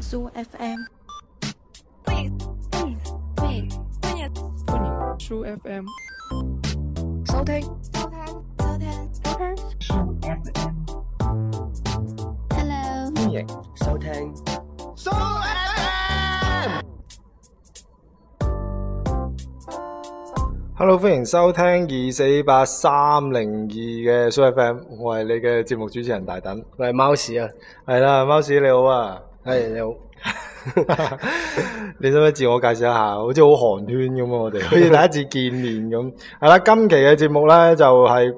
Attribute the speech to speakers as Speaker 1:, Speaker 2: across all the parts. Speaker 1: 蘇 FM。
Speaker 2: True FM。
Speaker 3: 收聽，
Speaker 1: Hello，
Speaker 3: 歡迎收聽。
Speaker 4: Hello，歡迎收聽二四八三零二嘅 Show FM，我係你嘅節目主持人大等，
Speaker 3: 我係貓屎啊，
Speaker 4: 係啦，貓屎你好啊，
Speaker 3: 係你好，
Speaker 4: 你使唔使自我介紹一下？好似好寒暄咁啊，我哋好似第一次見面咁。係啦，今期嘅節目咧就係、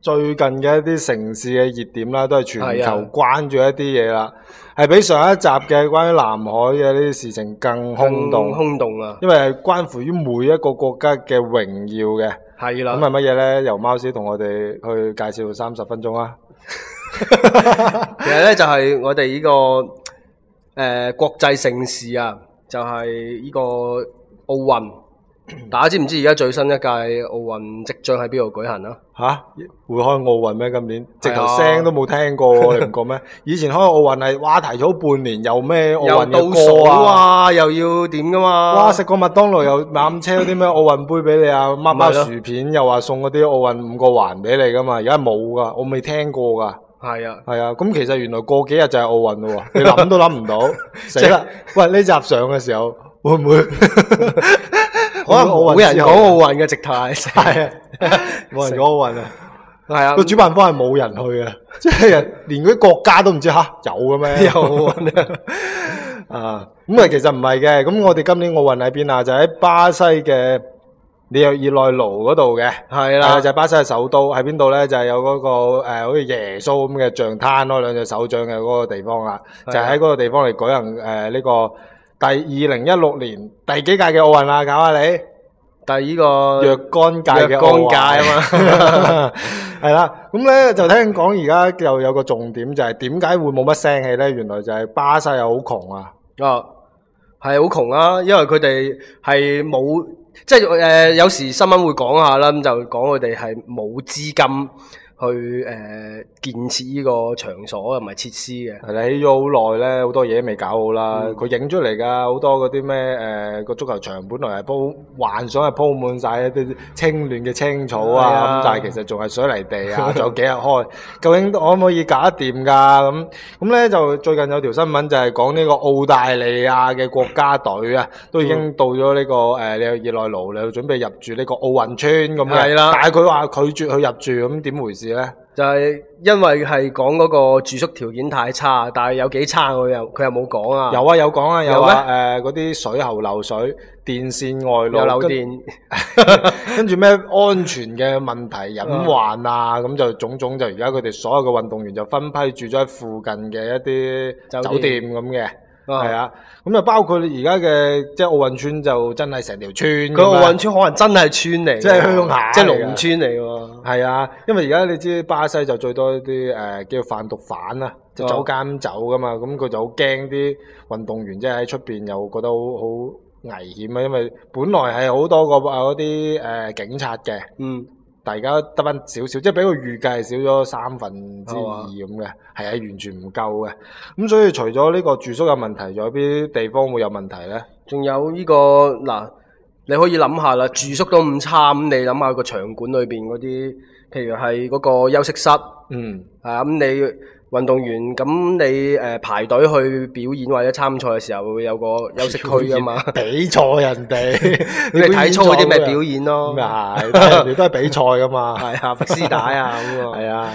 Speaker 4: 最近嘅一啲城市嘅熱點啦，都係全
Speaker 3: 係
Speaker 4: 球
Speaker 3: 啊
Speaker 4: 關注一啲嘢啦，係比上一集嘅關於南海嘅呢啲事情更轟動，
Speaker 3: 空洞啊，
Speaker 4: 因為係關乎於每一個國家嘅榮耀嘅。咁
Speaker 3: 係啦
Speaker 4: 係，乜嘢咧？由貓史同我哋去介紹三十分鐘 啊！
Speaker 3: 其實咧就係我哋呢個誒國際盛事啊，就係呢個奧 運。大家知唔知而家最新一屆奧運即將喺邊度舉行啊？
Speaker 4: 吓、會開奧運咩？今年直頭
Speaker 3: 係啊
Speaker 4: 聲都冇聽過 喎，你唔覺咩？以前開奧運係哇提早半年，有咩奧
Speaker 3: 又
Speaker 4: 運
Speaker 3: 倒
Speaker 4: 嘅
Speaker 3: 數
Speaker 4: 歌啊？
Speaker 3: 啊，又要點噶嘛？
Speaker 4: 哇！食個麥當勞又攬車嗰啲咩奧運杯俾你啊，孖包
Speaker 3: 咪咯
Speaker 4: 薯片又話送嗰啲奧運五個環俾你噶嘛，而家冇噶，我未聽過噶。
Speaker 3: 係啊，
Speaker 4: 係啊，咁其實原來過幾日就係奧運咯喎，你 諗都諗唔到，死啦！喂，呢集上嘅時候會唔 會可
Speaker 3: 可能冇
Speaker 4: 奧運
Speaker 3: 人講
Speaker 4: 之後
Speaker 3: 奧運嘅直態，
Speaker 4: 系啊， 冇人講奧 運啊，
Speaker 3: 係啊，
Speaker 4: 個主辦方係冇人去啊， 即係連嗰啲國家都唔知吓 有嘅咩？
Speaker 3: 有奧運啊。
Speaker 4: 啊，咁啊其實唔係嘅，咁我哋今年奧運喺邊啊？就喺巴西嘅里約熱內盧嗰度嘅。
Speaker 3: 係
Speaker 4: 係
Speaker 3: 啦
Speaker 4: 啦，就，係巴西嘅首都喺邊度咧？就係有嗰個誒，好似耶穌咁嘅像攤咯，兩隻手掌嘅嗰個地方啦，
Speaker 3: 係
Speaker 4: 就
Speaker 3: 啊
Speaker 4: 喺嗰個地方嚟舉行誒呢個第二零一六年第幾屆嘅奧運啦，搞下你。
Speaker 3: 但係呢個
Speaker 4: 若干屆嘅
Speaker 3: 若干屆啊
Speaker 4: 嘛，係啦。咁咧就聽講而家又有個重點就係點解會冇乜聲氣咧？原來就係巴西又好窮啊，
Speaker 3: 啊，係好窮啊，因為佢哋係冇，即係誒、呃有時新聞會講下啦，咁就講佢哋係冇資金去誒、呃建設呢個場所同埋設施嘅。
Speaker 4: 係啦，起咗好耐咧，好多嘢都未搞好啦。
Speaker 3: 嗯
Speaker 4: 佢影出嚟㗎，好多嗰啲咩誒個足球場，本來係鋪幻想係鋪滿晒一啲青亂嘅青草
Speaker 3: 係
Speaker 4: 啊，
Speaker 3: 啊
Speaker 4: 咁但係其實仲係水泥地 啊，仲有幾日開，究竟可唔可以搞得掂㗎？咁咁咧就最近有條新聞就係講呢個澳大利亞嘅國家隊啊，都已
Speaker 3: 嗯
Speaker 4: 經到咗呢、個誒你熱內盧，你準備入住呢個奧運村咁嘅，
Speaker 3: 係啦
Speaker 4: 但係佢話拒絕去入住，咁點回事咧？
Speaker 3: 就係因為係講嗰個住宿條件太差，但係有幾差佢又佢又冇講啊，
Speaker 4: 有啊有講啊有
Speaker 3: 有咩
Speaker 4: 啊誒嗰啲水喉漏水、電線外露、
Speaker 3: 有漏
Speaker 4: 跟
Speaker 3: 電，
Speaker 4: 跟住咩安全嘅問題、隱患啊，
Speaker 3: 嗯
Speaker 4: 咁就種種就而家佢哋所有嘅運動員就分批住咗喺附近嘅一啲
Speaker 3: 酒
Speaker 4: 酒
Speaker 3: 店
Speaker 4: 店咁嘅，
Speaker 3: 啊
Speaker 4: 係啊，咁就包括而家嘅即係奧運村就真係成條村咁
Speaker 3: 佢
Speaker 4: 啦，
Speaker 3: 奧運村可能真係村嚟㗎，
Speaker 4: 即係鄉下
Speaker 3: 即係
Speaker 4: 嚟㗎
Speaker 3: 農村嚟喎。
Speaker 4: 係啊，因為而家你知巴西就最多啲誒、呃叫販毒販啊，就
Speaker 3: 哦
Speaker 4: 走監走噶嘛，咁佢就好驚啲運動員即係喺出邊又覺得好好危險啊，因為本來係好多個啊嗰啲誒警察嘅，
Speaker 3: 嗯，
Speaker 4: 但而家得翻少少，即係比佢預計係少咗三分之二
Speaker 3: 係嘛
Speaker 4: 咁嘅，係啊，完全唔夠嘅。咁所以除咗呢個住宿嘅問題，仲有邊啲地方會有問題咧？
Speaker 3: 仲有呢、個嗱，你可以諗下啦，住宿都咁差，咁你諗下個場館裏邊嗰啲，譬如係嗰個休息室啊，
Speaker 4: 嗯，
Speaker 3: 咁你運動員咁你誒、呃排隊去表演或者參賽嘅時候會有個休 息區噶嘛，
Speaker 4: 比賽人哋，
Speaker 3: 你體操嗰啲咪
Speaker 4: 演賽㗎
Speaker 3: 表演 咯
Speaker 4: 咁，又係，但係人哋都係比賽噶嘛。
Speaker 3: 係 啊，拔絲帶啊咁啊
Speaker 4: 係啊，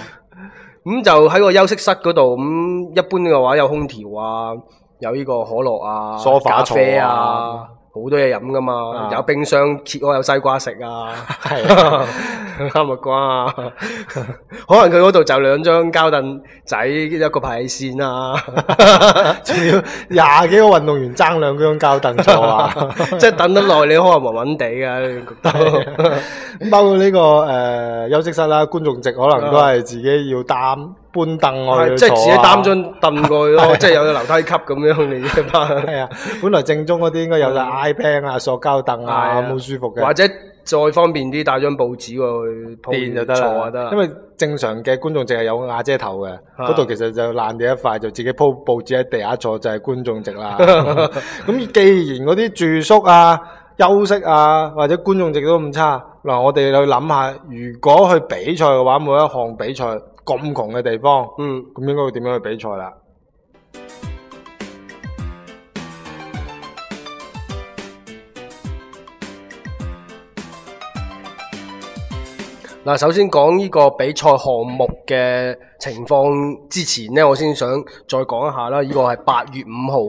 Speaker 3: 咁就喺個休息室嗰度，咁一般嘅話有空調啊，有呢個可樂啊、
Speaker 4: 梳化
Speaker 3: 咖啡
Speaker 4: 座
Speaker 3: 啊
Speaker 4: 啊，
Speaker 3: 好多嘢飲噶嘛，
Speaker 4: 啊
Speaker 3: 有冰箱揭開有西瓜食啊，
Speaker 4: 係啊
Speaker 3: 哈密瓜啊，可能佢嗰度就兩張膠凳仔一個排氣 扇啊，
Speaker 4: 仲 要廿幾個運動員爭兩張膠凳坐 啊！
Speaker 3: 即係等得耐你可能暈暈地嘅，
Speaker 4: 啊 咁包括呢、個呃休息室啦，觀眾席可能都係自己要擔搬凳去坐啊啊
Speaker 3: 係即係自己擔張凳過去咯，即係有個樓梯級咁樣 你一班。
Speaker 4: 係啊，本來正宗嗰啲應該有晒 iPad 啊、塑膠凳啊，
Speaker 3: 嗯係啊
Speaker 4: 咁好舒服嘅。
Speaker 3: 或者再方便啲帶張報紙過去鋪
Speaker 4: 電就得啦，
Speaker 3: 坐就啊得啦。
Speaker 4: 因為正常嘅觀眾席係有瓦遮頭嘅，
Speaker 3: 啊
Speaker 4: 嗰度其實就爛地一塊，就自己鋪報紙喺地下坐就係觀眾席 啦。咁既然嗰啲住宿啊、休息啊或者觀眾席都咁差，嗱我哋去諗下，如果去比賽嘅話，每一項比賽咁窮嘅地方，
Speaker 3: 嗯，
Speaker 4: 咁應該會點樣去比賽啦？
Speaker 3: 嗱，首先講呢個比賽項目嘅情況之前呢，我先想再講一下啦。呢、個係八月五號，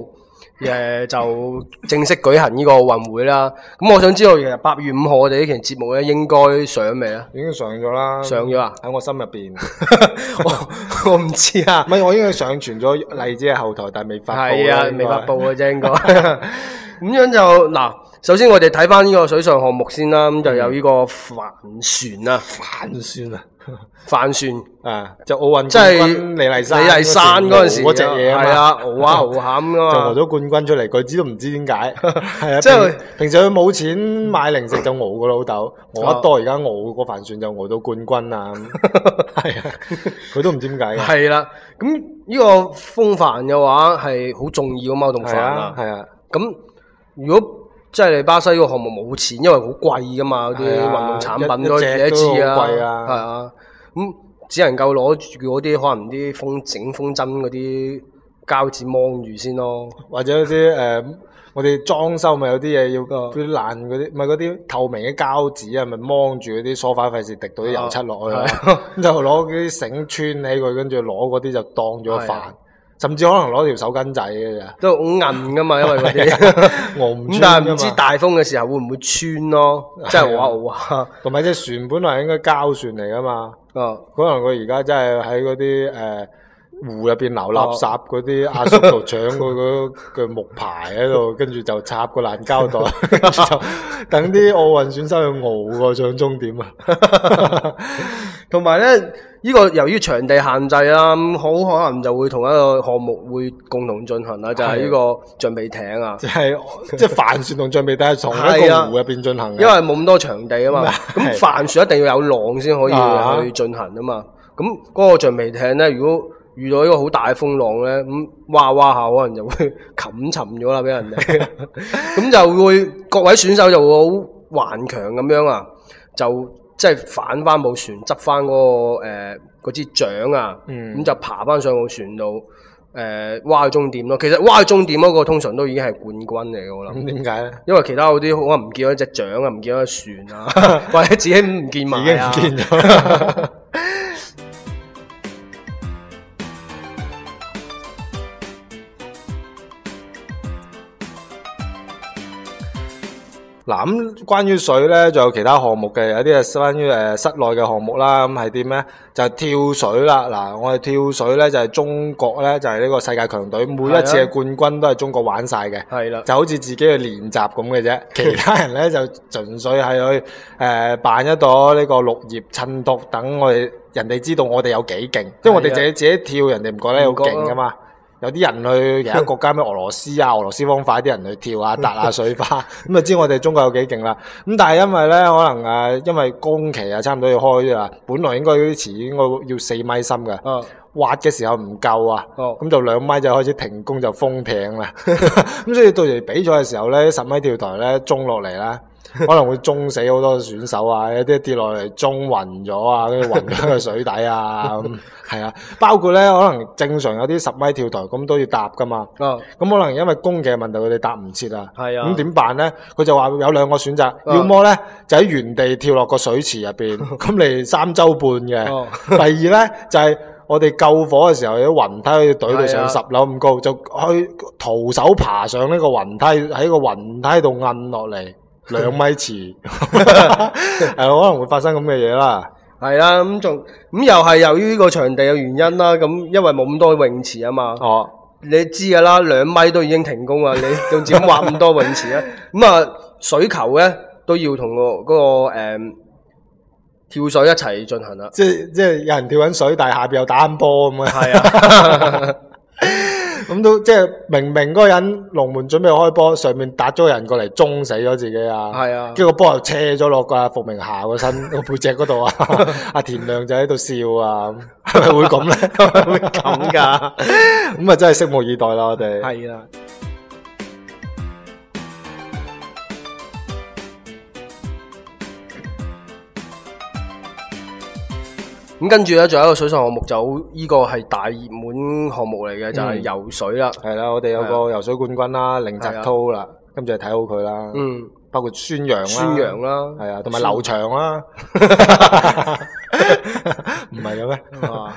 Speaker 3: 誒、就正式舉行呢個奧運會啦。咁我想知道，其實八月五號我哋呢期節目咧應該上未啊？
Speaker 4: 已經上咗啦，
Speaker 3: 上咗啊？
Speaker 4: 喺我心入邊。 唔
Speaker 3: 我我唔知啊。
Speaker 4: 係，我應該上傳咗荔枝嘅後台，但係未發布啦。
Speaker 3: 係啊，
Speaker 4: 應該
Speaker 3: 未發布嘅啫，應該。咁樣就嗱，首先我哋睇翻呢個水上項目先啦，咁就有呢個帆船啊，
Speaker 4: 反酸啊！
Speaker 3: 帆船，
Speaker 4: 啊，就奧運
Speaker 3: 即係
Speaker 4: 冠軍李麗
Speaker 3: 李
Speaker 4: 珊，
Speaker 3: 麗珊嗰陣時
Speaker 4: 嗰只嘢啊
Speaker 3: 係啊，
Speaker 4: 嘛，
Speaker 3: 敖啊敖下咁
Speaker 4: 就
Speaker 3: 啊
Speaker 4: 攞
Speaker 3: 嘛，
Speaker 4: 咗冠軍出嚟，佢知都唔知點 解，係啊，
Speaker 3: 即
Speaker 4: 即
Speaker 3: 係
Speaker 4: 係平時佢冇錢買零食就敖個老 豆，敖得多而家敖個帆船就敖到冠軍啊，係啊，佢都唔知點解嘅，
Speaker 3: 係啦。咁呢個風帆嘅話係好重要啊嘛，同
Speaker 4: 係
Speaker 3: 帆
Speaker 4: 啊
Speaker 3: 啊，。
Speaker 4: 係啊，
Speaker 3: 咁如果即係你巴西嗰個項目冇錢，因為好貴噶嘛，嗰啲
Speaker 4: 係啊
Speaker 3: 運動產品
Speaker 4: 一
Speaker 3: 都
Speaker 4: 一隻
Speaker 3: 一次
Speaker 4: 都
Speaker 3: 啊，
Speaker 4: 好貴啊
Speaker 3: 係啊，咁只能夠攞住嗰啲可能啲風整風箏嗰啲膠紙掹住先咯，
Speaker 4: 或者嗰啲誒，我哋裝修咪有啲嘢要
Speaker 3: 啊
Speaker 4: 嗰啲爛嗰啲，咪嗰啲透明嘅膠紙啊，咪掹住嗰啲梳化，費事滴到啲油漆落去啊
Speaker 3: 係啊
Speaker 4: 咁就攞嗰啲繩穿起佢，跟住攞嗰啲就當咗
Speaker 3: 係啊
Speaker 4: 飯，甚至可能攞條手巾仔嘅咋，
Speaker 3: 都好硬噶嘛，因為嗰啲。
Speaker 4: 我 唔
Speaker 3: 咁
Speaker 4: 穿
Speaker 3: 但
Speaker 4: 㗎
Speaker 3: 係唔
Speaker 4: 嘛
Speaker 3: 知大風嘅時候會唔會穿咯，即係啊我下 我
Speaker 4: 同埋只船本來應該膠船嚟噶嘛，
Speaker 3: 下，啊
Speaker 4: 可能佢而家真係喺嗰啲誒湖入邊流
Speaker 3: 哦
Speaker 4: 垃圾嗰啲阿叔度搶 佢嗰個木牌喺度，跟住就插個爛膠 袋，跟住就等啲奧運選手去熬個上終點啊！
Speaker 3: 同埋咧，呢、個由於場地限制啦，咁好可能就會同一個項目會共同進行啦，就係、呢個橡皮艇啊。
Speaker 4: 即係即係帆船同橡皮艇係從一
Speaker 3: 係啊
Speaker 4: 個湖入邊進行嘅，
Speaker 3: 因為冇咁多場地啊嘛，咁
Speaker 4: 係
Speaker 3: 帆船一定要有浪先可
Speaker 4: 啊
Speaker 3: 以去進行啊嘛。咁嗰個橡皮艇咧，如果遇到一個好大嘅風浪咧，咁哇哇下可能就會 冚沉咗啦，俾人 哋。咁就會各位選手就會好頑強咁樣啊，就即係反翻部船，執翻嗰個誒嗰支槳啊，咁、
Speaker 4: 嗯
Speaker 3: 就爬翻上部船度。誒挖去終點咯，其實挖去終點嗰個通常都已經係冠軍嚟嘅，我諗。
Speaker 4: 咁點解咧？
Speaker 3: 因為其他嗰啲可能唔見咗隻掌啊，唔見咗隻船啊， 或者自己唔見埋
Speaker 4: 已經唔
Speaker 3: 啊。
Speaker 4: 見咗。嗱咁，關於水咧，仲有其他項目嘅，有啲係關於誒室內嘅項目啦。咁係點咧？就係跳水啦。嗱，我哋跳水咧就係中國咧，就係呢個世界強隊，每一次
Speaker 3: 係啊
Speaker 4: 嘅冠軍都係中國玩晒嘅。
Speaker 3: 係啦，
Speaker 4: 就好似自己去練習咁嘅 啫，其他人咧就純粹係去誒、呃、扮一朵呢個綠葉襯托，等我哋人哋知道我哋有幾勁，因為我哋自己自己跳，人哋啊唔覺得有勁噶嘛。有啲 人去其他國家咩俄羅斯啊、俄羅斯方塊啲人去跳啊、搭下水 花，咁就啊知我哋中國有幾勁啦。咁但係因為咧，可能誒、呃因為工期啊，差唔多要開啦，本來應該嗰啲池應該要四米深嘅。
Speaker 3: 啊，
Speaker 4: 挖嘅時候唔夠啊，
Speaker 3: 哦
Speaker 4: 咁、就兩米就開始停工就封艇啦。 咁所以到時比賽嘅時候咧，十米跳台咧中落嚟 啦，可能會中死好多選手啊，有啲跌落嚟中暈咗啊，跟住暈 咗個水底啊，咁係啊，包括咧可能正常有啲十米跳台咁都要搭噶嘛。
Speaker 3: 啊，
Speaker 4: 咁可能因為工嘅問題，佢哋搭唔切啊。
Speaker 3: 係啊
Speaker 4: 咁點辦咧？佢就話有兩個選擇，要麼咧就喺原地跳落個水池入邊，咁嚟三周半嘅。
Speaker 3: 哦
Speaker 4: 第二咧就係、我哋救火嘅時候，有啲雲梯可以懟到上十
Speaker 3: 係啊
Speaker 4: 樓咁高，就去徒手爬上呢個雲梯，喺個雲梯度摁落 嚟兩米池，係可能會發生咁嘅嘢啦。
Speaker 3: 係啦，咁仲咁又係由於呢個場地嘅原因啦，咁因為冇咁多泳池啊嘛，
Speaker 4: 哦，
Speaker 3: 你知噶啦，兩米都已經停工啦，啊你仲點挖咁多泳池啊？ 咁啊，水球咧都要同個嗰個誒跳水一齊進行啦。
Speaker 4: 即係即係有人跳緊水，但係下邊又打緊波咁啊。
Speaker 3: 係啊，
Speaker 4: 咁都即係明明嗰個人龍門準備開波，上面打咗個人過嚟中死咗自己啊！
Speaker 3: 係啊
Speaker 4: 跟住個波又斜咗落個伏明霞個 身個背脊嗰度啊！阿田亮就喺度笑 啊，係咪會咁咧？係咪會咁噶？ 咁啊真係拭目以待啦，我哋。
Speaker 3: 系啦。咁跟住咧，仲有一個水上項目，就好呢個係大熱門項目嚟嘅，就係
Speaker 4: 嗯
Speaker 3: 游水啦。
Speaker 4: 係啦，我哋
Speaker 3: 啊
Speaker 4: 有個游水冠軍啦，凌澤滔啦，跟住就睇好佢啦，
Speaker 3: 嗯，
Speaker 4: 包括孫楊啦，
Speaker 3: 孫楊啦，
Speaker 4: 係啊，同埋劉翔啦， 唔係嘅 咩？
Speaker 3: 啊，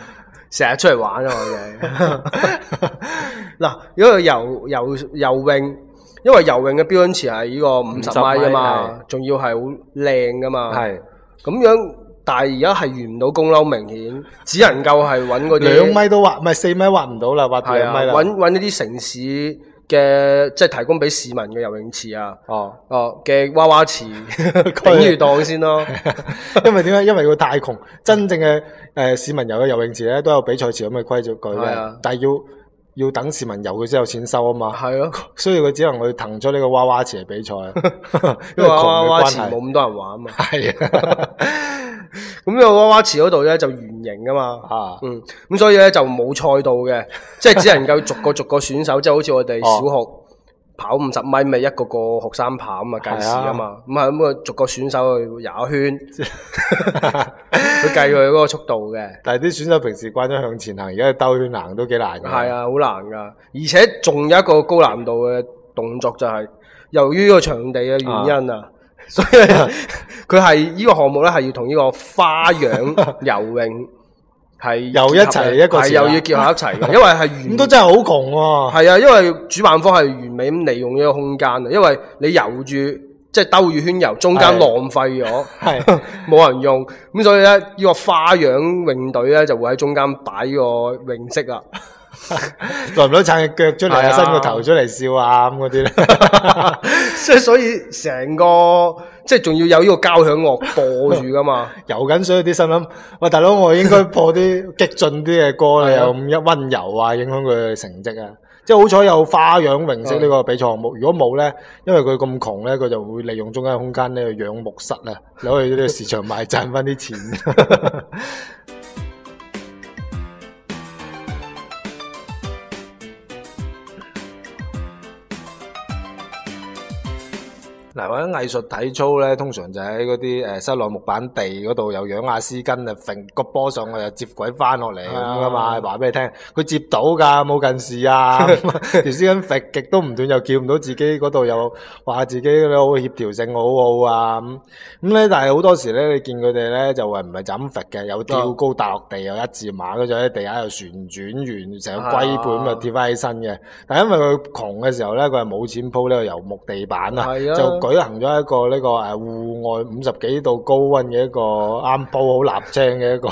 Speaker 3: 成日出嚟玩啊！我哋 嗱，如果游游游泳，因為游泳嘅標準池係呢個五十米啊
Speaker 4: 50
Speaker 3: 嘛
Speaker 4: 米，
Speaker 3: 仲要係好靚噶嘛，
Speaker 4: 係
Speaker 3: 咁樣，但係而家係完唔到公樓，明顯只能夠係揾嗰啲
Speaker 4: 兩米都挖，唔係四米挖唔到啦，挖
Speaker 3: 係
Speaker 4: 兩
Speaker 3: 啊，
Speaker 4: 米啦。
Speaker 3: 揾揾一啲城市嘅即係提供俾市民嘅游泳池啊，
Speaker 4: 哦，
Speaker 3: 哦嘅娃 娃池頂魚檔先咯，
Speaker 4: 因為點解？因為佢太窮，真正嘅誒市民游嘅游泳池咧，都有比賽池咁嘅規矩
Speaker 3: 係啊
Speaker 4: 嘅，但係要要等市民游佢先有錢收啊 嘛，
Speaker 3: 係咯，
Speaker 4: 所以佢只能去騰出呢個娃娃池嚟比賽，啊 因
Speaker 3: 因
Speaker 4: 為
Speaker 3: 為
Speaker 4: 窮
Speaker 3: 娃
Speaker 4: 嘅
Speaker 3: 娃
Speaker 4: 關
Speaker 3: 池冇
Speaker 4: 係。
Speaker 3: 咁多人玩啊嘛。
Speaker 4: 係
Speaker 3: 咁呢個娃娃池嗰度咧就圓形噶嘛，
Speaker 4: 啊，
Speaker 3: 嗯，咁所以咧就冇賽道嘅，即係只能夠逐個逐個選手，即係好似我哋小學
Speaker 4: 哦
Speaker 3: 跑五十米，咪一個個學生跑啊嘛，計時啊嘛，咁係咁啊逐個選手去游一圈，佢計佢嗰個速度嘅，
Speaker 4: 但係啲選手平時慣咗向前行，而家兜圈行都幾難㗎。
Speaker 3: 係啊，好難噶，而且仲有一個高難度嘅動作就係、由於個場地嘅原因啊。所以咧 佢係呢個項目咧，係要同呢個花樣游 泳係
Speaker 4: 又一齊一個
Speaker 3: 係
Speaker 4: 時
Speaker 3: 又
Speaker 4: 間
Speaker 3: 要結合一 齊嘅，因為係完
Speaker 4: 咁都真係好窮喎。
Speaker 3: 係啊，因為主辦方係完美咁利用呢個空間啊，因為你游住即係兜住圈游，中間
Speaker 4: 係
Speaker 3: 浪費咗，
Speaker 4: 係
Speaker 3: 冇人用，咁所以咧呢、個花樣泳隊咧就會喺中間擺呢個泳式啦，
Speaker 4: 耐唔耐撐隻腳出嚟啊，
Speaker 3: 係啊
Speaker 4: 伸個頭出嚟笑啊咁嗰啲咧，
Speaker 3: 即係所以成個即係仲要有呢個交響樂播住 噶嘛，
Speaker 4: 游緊水嗰啲心諗，喂大佬，我應該播啲激進啲嘅歌
Speaker 3: 係
Speaker 4: 你
Speaker 3: 啊
Speaker 4: 又咁一温柔啊，影響佢嘅成績啊！即係好彩有花樣泳
Speaker 3: 嗯
Speaker 4: 式呢個比賽項目，如果冇咧，因為佢咁窮咧，佢就會利用中間嘅空間咧去養木室啊，攞去呢個市場賣賺翻啲錢。嗱，或者藝術體操咧，通常就喺嗰啲誒室內木板地嗰度，又養下絲巾啊，揈個波上去又接軌翻落嚟
Speaker 3: 啊
Speaker 4: 咁噶嘛，話俾你聽，佢接到㗎，冇近視啊，條絲巾揈極都唔斷，又叫唔到自己嗰度，又話自己咧好協調性好好啊咁。咁咧，但係好多時咧，你見佢哋咧就話唔係就咁揈嘅，有吊高大落地，有一字馬嗰種喺地下又旋轉完，成個龜背咁又貼翻起身嘅。但係因為佢窮嘅時候咧，佢係冇錢鋪呢個遊木地板啊，
Speaker 3: 係啊
Speaker 4: 就舉行咗一個呢個誒戶外五十幾度高温嘅一個啱煲好立青嘅一 個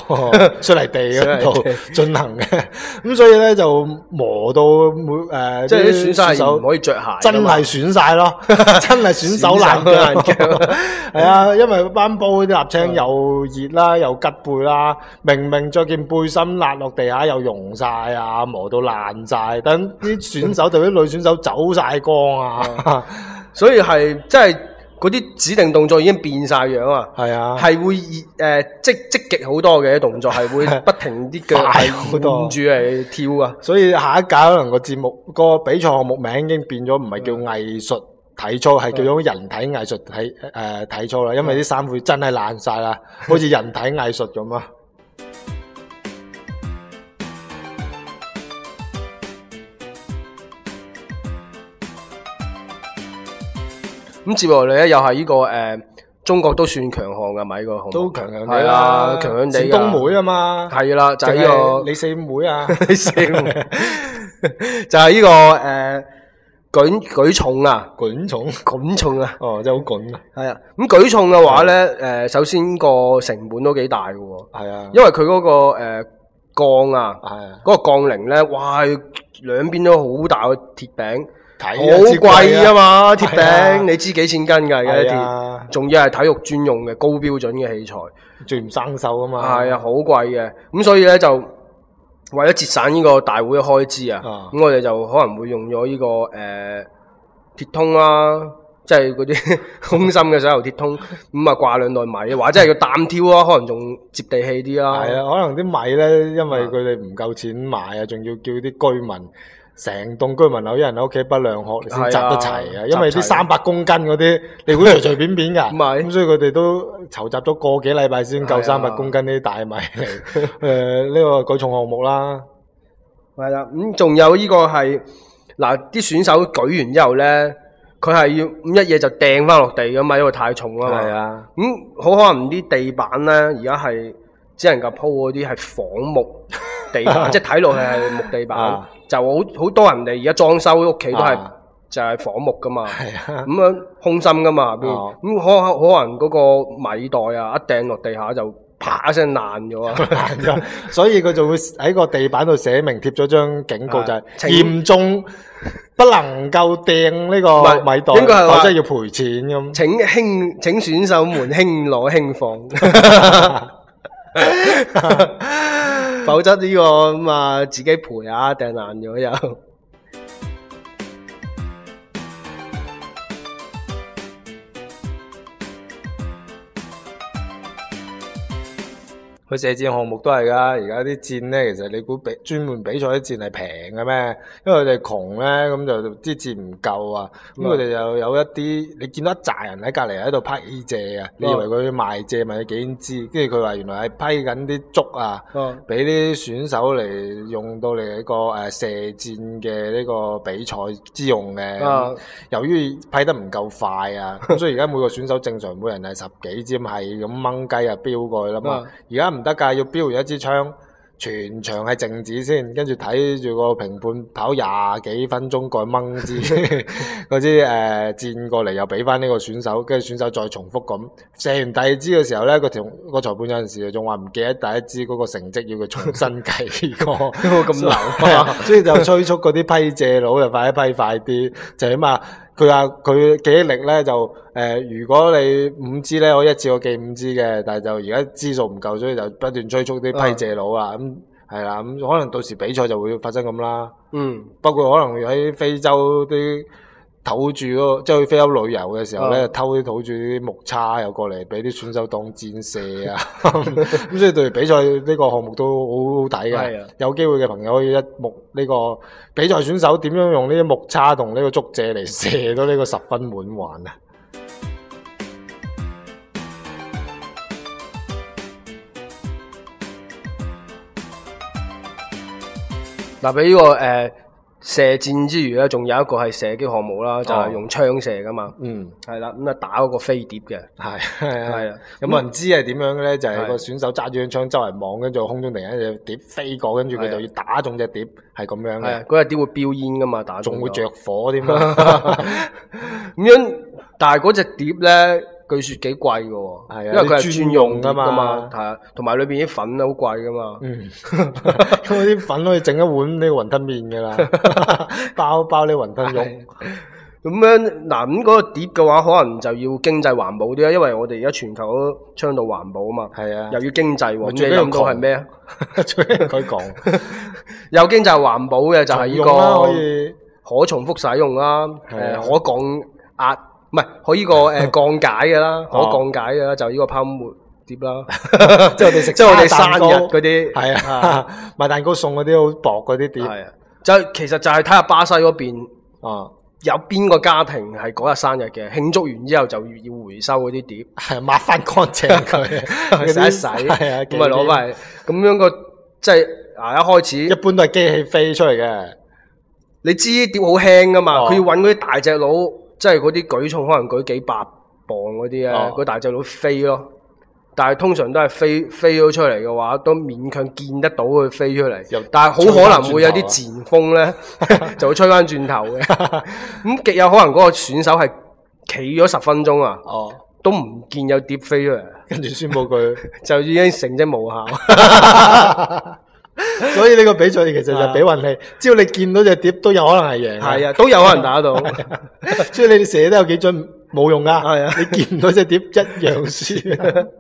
Speaker 4: 水泥地嗰
Speaker 3: 水
Speaker 4: 度
Speaker 3: 泥
Speaker 4: 進行嘅，咁所以咧就磨到每誒、呃
Speaker 3: 即係啲選
Speaker 4: 啲
Speaker 3: 手係唔可以着鞋㗎嘛，
Speaker 4: 真係損晒 咯，真係損手爛
Speaker 3: 損手爛腳嗯
Speaker 4: 腳。 係啊，因為班煲啲臘青又熱啦，又吉背啦，明明着件背心辣落地下又溶晒啊，磨到爛晒。等啲 選手，特別啲女選手走晒光
Speaker 3: 嗯
Speaker 4: 啊。
Speaker 3: 所以係即係嗰啲指定動作已經變晒樣啊。
Speaker 4: 係啊，
Speaker 3: 係會誒、呃、即積極好多嘅動作，係 會不停啲腳
Speaker 4: 快
Speaker 3: 係
Speaker 4: 好多
Speaker 3: 換住嚟跳啊！
Speaker 4: 所以下一屆可能個節目個比賽項目名已經變咗，唔係叫藝術體操，係叫咗人體藝術體誒、呃、體操啦。因為啲衫褲真係爛晒 啦，好似人體藝術咁啊！
Speaker 3: 咁接落嚟咧，又係呢個誒中國都算強項嘅咪個項目
Speaker 4: 都強強地
Speaker 3: 係
Speaker 4: 啦
Speaker 3: 啦，，強強地
Speaker 4: 陝
Speaker 3: 㗎
Speaker 4: 東妹啊嘛，
Speaker 3: 係啦，就係
Speaker 4: 淨係
Speaker 3: 呢
Speaker 4: 你四妹啊，
Speaker 3: 個你死我 就係呢個誒舉舉重啊，
Speaker 4: 滾重
Speaker 3: 滾重啊，
Speaker 4: 哦，真係好滾啊，
Speaker 3: 係啊。咁舉重嘅話咧，誒首先個成本都幾大嘅喎，
Speaker 4: 係啊，
Speaker 3: 因為佢嗰個誒鋼啊，
Speaker 4: 係啊，
Speaker 3: 嗰個鋼鈴咧，哇兩邊都好大個鐵餅。
Speaker 4: 睇
Speaker 3: 好貴啊
Speaker 4: 嘛，
Speaker 3: 嘛，鐵
Speaker 4: 係啊
Speaker 3: 餅你知幾千斤㗎而家
Speaker 4: 係
Speaker 3: 啲
Speaker 4: 啊，
Speaker 3: 仲要係體育專用嘅高標準嘅器材，
Speaker 4: 最唔生鏽啊嘛，
Speaker 3: 係啊，好貴嘅。咁所以咧就為咗節省呢個大會嘅開支啊，
Speaker 4: 啊
Speaker 3: 咁、我哋就可能會用咗呢、個誒、呃、鐵通啦、即係 嗰啲空心嘅水喉鐵通，咁啊掛兩袋米，或者係叫擔挑啊，可能仲接地氣啲啦。
Speaker 4: 係啊，可能啲米咧，因
Speaker 3: Ờ.
Speaker 4: 為佢哋唔夠錢買啊，仲要叫啲居民成棟居民樓一人喺屋企不量學，你先集得齊
Speaker 3: 係
Speaker 4: 啊
Speaker 3: 啊。
Speaker 4: 因為
Speaker 3: 集
Speaker 4: 啲
Speaker 3: 齊
Speaker 4: 三百公斤嗰啲，你估隨隨便便㗎？
Speaker 3: 唔係
Speaker 4: 咁所以佢哋都籌集咗個幾禮拜先夠
Speaker 3: 係啊
Speaker 4: 三百公斤呢啲大 米嚟誒呢個舉重項目啦。
Speaker 3: 係啦，咁、仲有呢個係嗱，啲選手舉完之後咧，佢係要咁一嘢就掟翻落地噶嘛，因為太重啦嘛。
Speaker 4: 啊，
Speaker 3: 咁好、可能啲地板咧，而家係只能夠鋪嗰啲係仿木 地板，即係睇落去係木地板，
Speaker 4: 啊
Speaker 3: 就好好多人哋而家裝修屋企
Speaker 4: Ờ。
Speaker 3: 都係、
Speaker 4: 啊
Speaker 3: 就係仿木噶嘛。
Speaker 4: 係啊
Speaker 3: 咁，樣空心噶嘛 下邊，
Speaker 4: 哦
Speaker 3: 咁可可能嗰個米袋啊一掟落地下就啪一聲爛咗啊！
Speaker 4: 難咗，所以佢就會喺個地板度寫明貼咗張警告，
Speaker 3: 啊
Speaker 4: 就係
Speaker 3: 請
Speaker 4: 嚴重不能夠掟呢個
Speaker 3: 唔係
Speaker 4: 米袋，
Speaker 3: 應該係話
Speaker 4: 否則要賠錢咁。
Speaker 3: 請輕請選手們輕攞輕放， 否則呢、個咁啊自己賠啊掟爛咗又。
Speaker 4: 佢射箭項目都係㗎，而家啲箭咧，其實你估比專門比賽啲箭係平嘅咩？因為佢哋窮咧，咁就啲箭唔夠啊，咁
Speaker 3: 嗯
Speaker 4: 佢哋又有一啲，你見到一紮人喺隔離喺度批蔗啊，你以為佢賣蔗賣咗幾千支，跟住佢話原來係批緊啲竹啊，
Speaker 3: 哦
Speaker 4: 俾啲選手嚟用到嚟一個誒射箭嘅呢個比賽之用嘅。
Speaker 3: 啊
Speaker 4: 由於批得唔夠快啊，咁所以而家每個選手正常每人係十幾支，咁係咁掹雞 啊飆過去啦嘛
Speaker 3: 啊。
Speaker 4: 而家唔得㗎，要飆完一支槍，全場係靜止先，跟住睇住個評判跑廿幾分鐘過去掹支 嗰支誒箭過嚟，又俾翻呢個選手，跟住選手再重複咁射完第二支嘅時候咧，個裁個裁判有陣時仲話唔記得第一支嗰個成績，要佢重新計過。
Speaker 3: 咁流
Speaker 4: 係 啊，所以就催促嗰啲批借佬就快啲批快啲，就起碼佢話佢記憶力咧就誒、呃如果你五支咧，我一次我記五支嘅，但係就而家支數唔夠，所以就不斷催促啲批借佬啊，咁係啦，咁、可能到時比賽就會發生咁啦，
Speaker 3: 嗯，
Speaker 4: 包括可能喺非洲啲。土著嗰個即係去非洲旅遊嘅時候咧，
Speaker 3: 啊
Speaker 4: 偷啲土著啲木叉又過嚟俾啲選手當箭射 啊！咁所以對比賽呢個項目都好好睇
Speaker 3: 係
Speaker 4: 嘅
Speaker 3: 啊。
Speaker 4: 有機會嘅朋友可以一目呢、個比賽選手點樣用呢啲木叉同呢個竹蔗嚟射到呢個十分滿環啊！
Speaker 3: 嗱，俾呢個誒射箭之餘咧，仲有一個係射擊項目啦，就係用槍射噶嘛。
Speaker 4: 嗯，
Speaker 3: 係啦，咁啊打嗰個飛碟嘅，
Speaker 4: 係係
Speaker 3: 係
Speaker 4: 啊
Speaker 3: 啊。
Speaker 4: 有冇人知係點樣嘅咧？就係、
Speaker 3: 係
Speaker 4: 個選手揸住張槍周圍望，跟住空中突然間有隻碟飛過，跟住佢
Speaker 3: 係啊
Speaker 4: 就要打中隻碟，係咁樣
Speaker 3: 係啊
Speaker 4: 嘅，
Speaker 3: 嗰日啲會飆煙噶嘛，打中
Speaker 4: 仲會
Speaker 3: 咗
Speaker 4: 着火添啊！
Speaker 3: 咁樣，但係嗰只碟咧，據說幾貴嘅喎，
Speaker 4: 係啊
Speaker 3: 因為佢
Speaker 4: 你
Speaker 3: 係
Speaker 4: 專
Speaker 3: 專
Speaker 4: 用
Speaker 3: 用
Speaker 4: 㗎
Speaker 3: 㗎
Speaker 4: 嘛
Speaker 3: 嘛，係啊，同埋裏邊啲粉好貴㗎嘛，
Speaker 4: 嗯，咁 我啲粉可以整一碗呢個雲吞麵㗎啦， 包包呢個雲吞肉。
Speaker 3: 咁樣嗱，咁嗰個碟嘅話，可能就要經濟環保啲啦，因為我哋而家全球都倡導環保啊嘛，
Speaker 4: 係啊
Speaker 3: 又要經
Speaker 4: 咪
Speaker 3: 濟喎，咁
Speaker 4: 最
Speaker 3: 你
Speaker 4: 緊要
Speaker 3: 諗到係咩啊？
Speaker 4: 最緊要佢講，
Speaker 3: 有經濟環保嘅 就係
Speaker 4: 係
Speaker 3: 呢
Speaker 4: 用啦，可
Speaker 3: 個
Speaker 4: 以
Speaker 3: 可重複使用啦，
Speaker 4: 係
Speaker 3: 誒
Speaker 4: 啊
Speaker 3: 可降壓，唔係可 呢個誒降解嘅啦，可
Speaker 4: 哦
Speaker 3: 降解嘅啦，就呢個泡沫碟啦，
Speaker 4: 即係我哋食
Speaker 3: 即係我哋
Speaker 4: 生
Speaker 3: 生
Speaker 4: 日
Speaker 3: 日嗰啲
Speaker 4: 係 啊，買蛋糕送嗰啲好薄嗰啲碟
Speaker 3: 係啊，就其實就係睇下巴西嗰邊
Speaker 4: 啊，
Speaker 3: 有邊個家庭係嗰日生日嘅，慶祝完之後就要回收嗰啲碟，
Speaker 4: 係啊抹翻乾淨 佢，嗰啲
Speaker 3: 洗一洗，
Speaker 4: 係啊，
Speaker 3: 咁咪攞翻嚟，咁樣個即係啊一開
Speaker 4: 幾
Speaker 3: 始
Speaker 4: 件，一般都係機器飛出嚟嘅，
Speaker 3: 你知啲碟好輕噶嘛，
Speaker 4: 哦
Speaker 3: 佢要揾嗰啲大隻佬，即係嗰啲舉重可能舉幾百磅嗰啲啊，
Speaker 4: 哦
Speaker 3: 嗰、大隻佬飛咯。但係通常都係飛飛咗出嚟嘅話，都勉強見得到佢飛出
Speaker 4: 又
Speaker 3: 嚟。但係好可能會有啲前鋒
Speaker 4: 啊
Speaker 3: 咧， 就會吹翻轉頭 嘅。咁極有可能嗰個選手係企咗十分鐘啊，
Speaker 4: 哦，
Speaker 3: 都唔見有碟飛出嚟，
Speaker 4: 跟住宣佈 佢。
Speaker 3: 就已經成績無效。
Speaker 4: 所以呢個比賽其實就係比運氣，只要你見到隻碟都有可能係贏。
Speaker 3: 啊 係啊，都有可能 打到。啊
Speaker 4: 所以你哋射得有幾準冇用噶，
Speaker 3: 係啊
Speaker 4: 你見唔到隻碟一樣輸。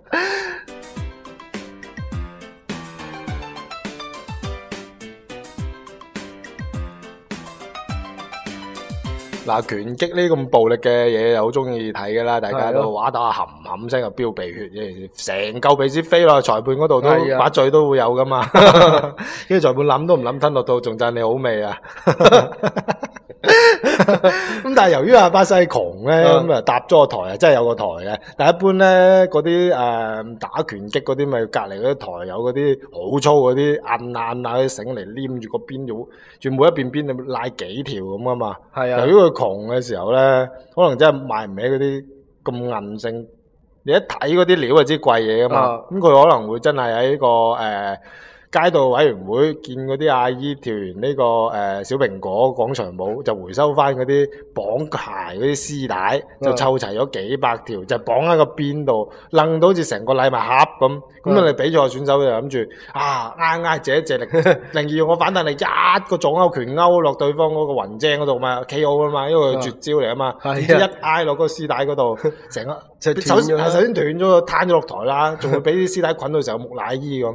Speaker 4: 嗱，拳擊呢咁暴力嘅嘢又好中意睇噶啦，大家
Speaker 3: 係
Speaker 4: 都
Speaker 3: 咯
Speaker 4: 哇打下冚冚聲就飆鼻血，成嚿鼻屎飛落去裁判嗰度都
Speaker 3: 係啊
Speaker 4: 把嘴都會有噶 嘛，跟住裁判諗都唔諗吞落肚，仲讚你好味啊！ 咁但係由於阿巴西窮咧，
Speaker 3: 嗯
Speaker 4: 咁啊搭咗個台啊，真係有個台嘅。但係一般咧嗰啲誒打拳擊嗰啲，咪隔離嗰啲台有嗰啲好粗嗰啲硬硬啊嗰啲繩嚟黏住個邊，要住每一邊邊你拉幾條咁噶嘛。
Speaker 3: 係
Speaker 4: 由
Speaker 3: 啊
Speaker 4: 於，佢窮嘅時候咧，可能真係買唔起嗰啲咁硬性，你一睇嗰啲料就知貴嘢噶嘛
Speaker 3: 啊。
Speaker 4: 咁佢、可能會真係喺呢個誒、呃街道委員會見嗰啲阿姨跳完呢、個誒、呃小蘋果廣場舞，就回收翻嗰啲綁鞋嗰啲絲帶，就
Speaker 3: 啊
Speaker 4: 湊齊咗幾百條，就綁喺個邊度，楞到好似成個禮物盒咁。咁啊，你比賽選手就諗住啊，啱啱借一借力， 零二我反彈力一個左勾拳勾落對方嗰個雲精嗰度嘛，K.O. 啊嘛，因為佢絕招嚟啊嘛，
Speaker 3: 係啊
Speaker 4: 點知一挨落嗰個絲帶嗰 度，成個
Speaker 3: 就
Speaker 4: 首
Speaker 3: 斷咗
Speaker 4: 先
Speaker 3: 啦
Speaker 4: 首先斷咗，攤咗落台啦，仲會俾啲絲帶捆到成個木乃伊 咁，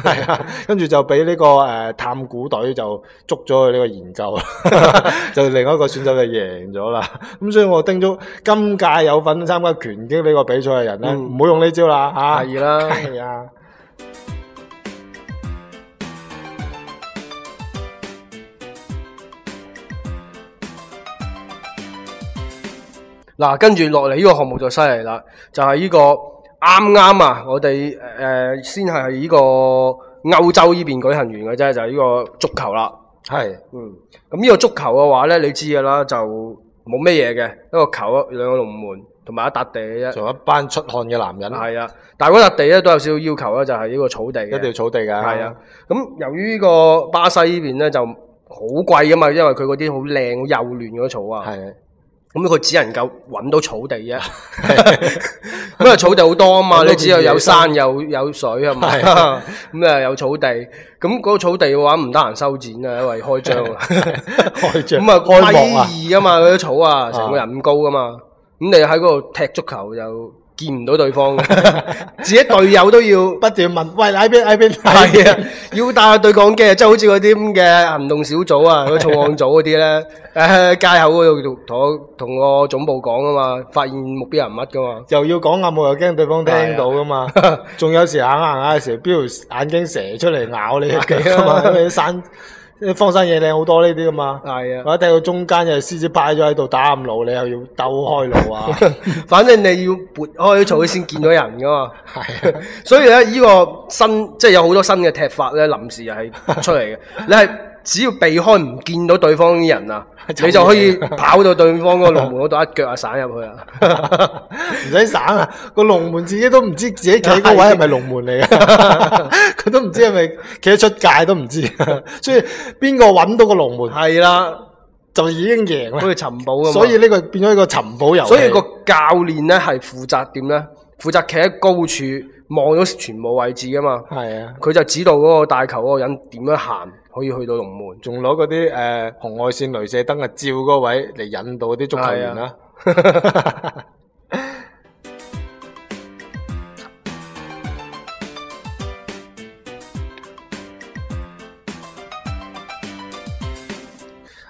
Speaker 4: 係啊，跟住就俾呢個誒探古隊就捉咗佢呢個研究， 就另外一個選手就贏咗啦。咁所以我叮囑今屆有份參加拳擊呢個比賽嘅人咧，
Speaker 3: 嗯
Speaker 4: 唔好用呢招啦嚇。
Speaker 3: 係啦
Speaker 4: 係啊。
Speaker 3: 嗱，跟住落嚟呢個項目就犀利啦，就係、呢個啱啱啊，我哋誒、呃先係呢個歐洲呢邊舉行完嘅啫，就係、呢個足球啦。
Speaker 4: 係
Speaker 3: 嗯，咁呢個足球嘅話咧，你知㗎啦，就冇咩嘢嘅，一個球、啊兩個龍門同埋一笪地嘅啫。
Speaker 4: 仲有一班出汗嘅男人，
Speaker 3: 係啊，但係嗰笪地咧都有少少要求啦，啊就係呢個草地嘅。
Speaker 4: 一定要草地㗎。
Speaker 3: 係啊，，咁由於呢個巴西呢邊咧就好貴噶嘛，因為佢嗰啲好靚、好幼嫩嗰啲草啊，
Speaker 4: 係
Speaker 3: 咁佢只能夠揾到草地啫。 因為草地好多啊嘛，
Speaker 4: 好多
Speaker 3: 你只有
Speaker 4: 片野
Speaker 3: 有山有有水係咪？
Speaker 4: 係啊
Speaker 3: 咁啊有草地，咁嗰個草地嘅話唔得閒修剪啊，因為開張啊。
Speaker 4: 開 張
Speaker 3: 咁啊
Speaker 4: 開幕啊，
Speaker 3: 米二啊嘛，嗰啲草啊，成個人咁高噶嘛，咁你喺嗰度踢足球又見唔到對方嘅， 自己隊友都要。
Speaker 4: 不斷問喂喺邊喺邊
Speaker 3: 係啊，要帶下對講機啊，即係好似嗰啲咁嘅行動小組啊，嗰個重案組嗰啲咧， 誒街口嗰度同我同我總部講啊嘛，發現目標人物噶嘛。
Speaker 4: 又要講暗號，又驚對方聽到噶嘛。
Speaker 3: 啊
Speaker 4: 仲有時行行下嘅時候，標條眼鏡射出嚟咬你嘅腳㗎嘛，
Speaker 3: 係啊
Speaker 4: 因為啲山啲荒山野嶺好多呢啲噶嘛。
Speaker 3: 係啊，
Speaker 4: 或者踢到中間又係獅子趴咗喺度打暗路，你又要兜開路啊。
Speaker 3: 反正你要撥開啲草先見到人噶嘛。
Speaker 4: 係啊，
Speaker 3: 所以咧，呢個新即係有好多新嘅踢法咧，臨時 係出嚟嘅。你係只要避開唔見到對方啲人 啊，你就可以跑到對方嗰個龍門嗰度一腳啊，散入去啊。
Speaker 4: 唔使省啊！個龍門自己都唔知自己企 嗰位係咪龍門嚟嘅， 佢都唔知係咪企得出界都唔知， 所以邊個揾到個龍門
Speaker 3: 係啦，
Speaker 4: 就已經贏
Speaker 3: 好似
Speaker 4: 啦。
Speaker 3: 尋寶咁。啊
Speaker 4: 所以呢個變咗一個尋寶遊戲。
Speaker 3: 所以個教練咧係負責點咧？負責企喺高處望到全部位置噶嘛。
Speaker 4: 係啊，
Speaker 3: 佢就指導嗰個帶球嗰個人點樣行，可以去到龍門。
Speaker 4: 仲攞嗰啲誒紅外線雷射燈啊照嗰位嚟引導啲足球員啦。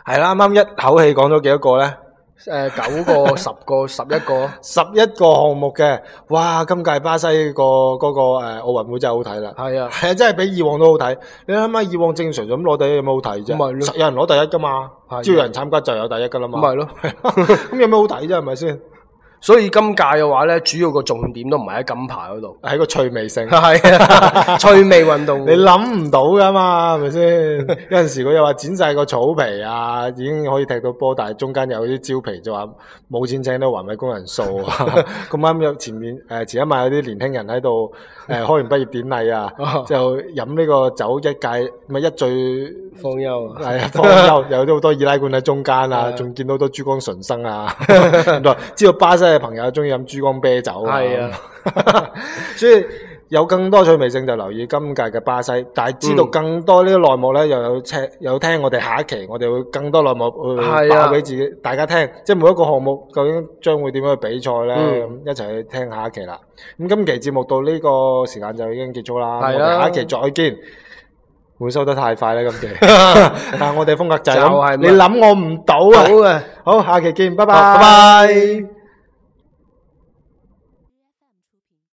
Speaker 4: 係啦，啱啱一口氣講咗幾多個咧？
Speaker 3: 誒、九 個、十個、十一個，
Speaker 4: 十一個項目嘅，哇！今屆巴西個嗰個誒奧運會真係好睇啦，
Speaker 3: 係啊，
Speaker 4: 係啊，真係比以往都好睇。你諗下，以往正常就咁攞第一有咩好睇啫？
Speaker 3: 咪咯
Speaker 4: 實有人攞第一噶嘛，
Speaker 3: 係啊
Speaker 4: 只要有人參加就有第一噶啦嘛。
Speaker 3: 咁咪咯。
Speaker 4: 咁有咩好睇啫？係咪先？，
Speaker 3: 所以今屆嘅話咧，主要個重點都唔係喺金牌嗰 度
Speaker 4: 係個趣味性，
Speaker 3: 係啊，趣味運動
Speaker 4: 你。諗唔到噶嘛，係咪先？ 有陣時佢又話剪晒個草皮啊，已經可以踢到波，但係中間有啲蕉皮就話冇錢請到環衞工人數 啊。 咁啱有前面誒、呃前一晚有啲年輕人喺度誒開完畢業典禮 啊，就飲呢個酒一屆咪一醉。
Speaker 3: 放休 啊，
Speaker 4: 係啊，方舟有啲好多易拉罐喺中間
Speaker 3: 係
Speaker 4: 啊
Speaker 3: 啊，
Speaker 4: 仲見到好多珠江純生 啊。原來知道巴西嘅朋友中意飲珠江啤酒
Speaker 3: 係啊，
Speaker 4: 所以有更多趣味性就留意今屆嘅巴西，但係知道
Speaker 3: 嗯
Speaker 4: 更多呢啲內幕咧，又有聽有聽我哋下一期，我哋會更多內幕去
Speaker 3: 係啊
Speaker 4: 爆俾自己大家聽，即係每一個項目究竟將會點樣去比賽咧，咁、
Speaker 3: 嗯
Speaker 4: 一齊去聽下一期啦。咁今期節目到呢個時間就已經結束啦，
Speaker 3: 係啊
Speaker 4: 我哋下一期再見。會收得太快啦，今 期。但我哋風格就係
Speaker 3: 就係
Speaker 4: 咁，
Speaker 3: 咁
Speaker 4: 你諗我唔到啊！
Speaker 3: 好啊，
Speaker 4: 好，下期見，拜拜，
Speaker 3: 好拜拜。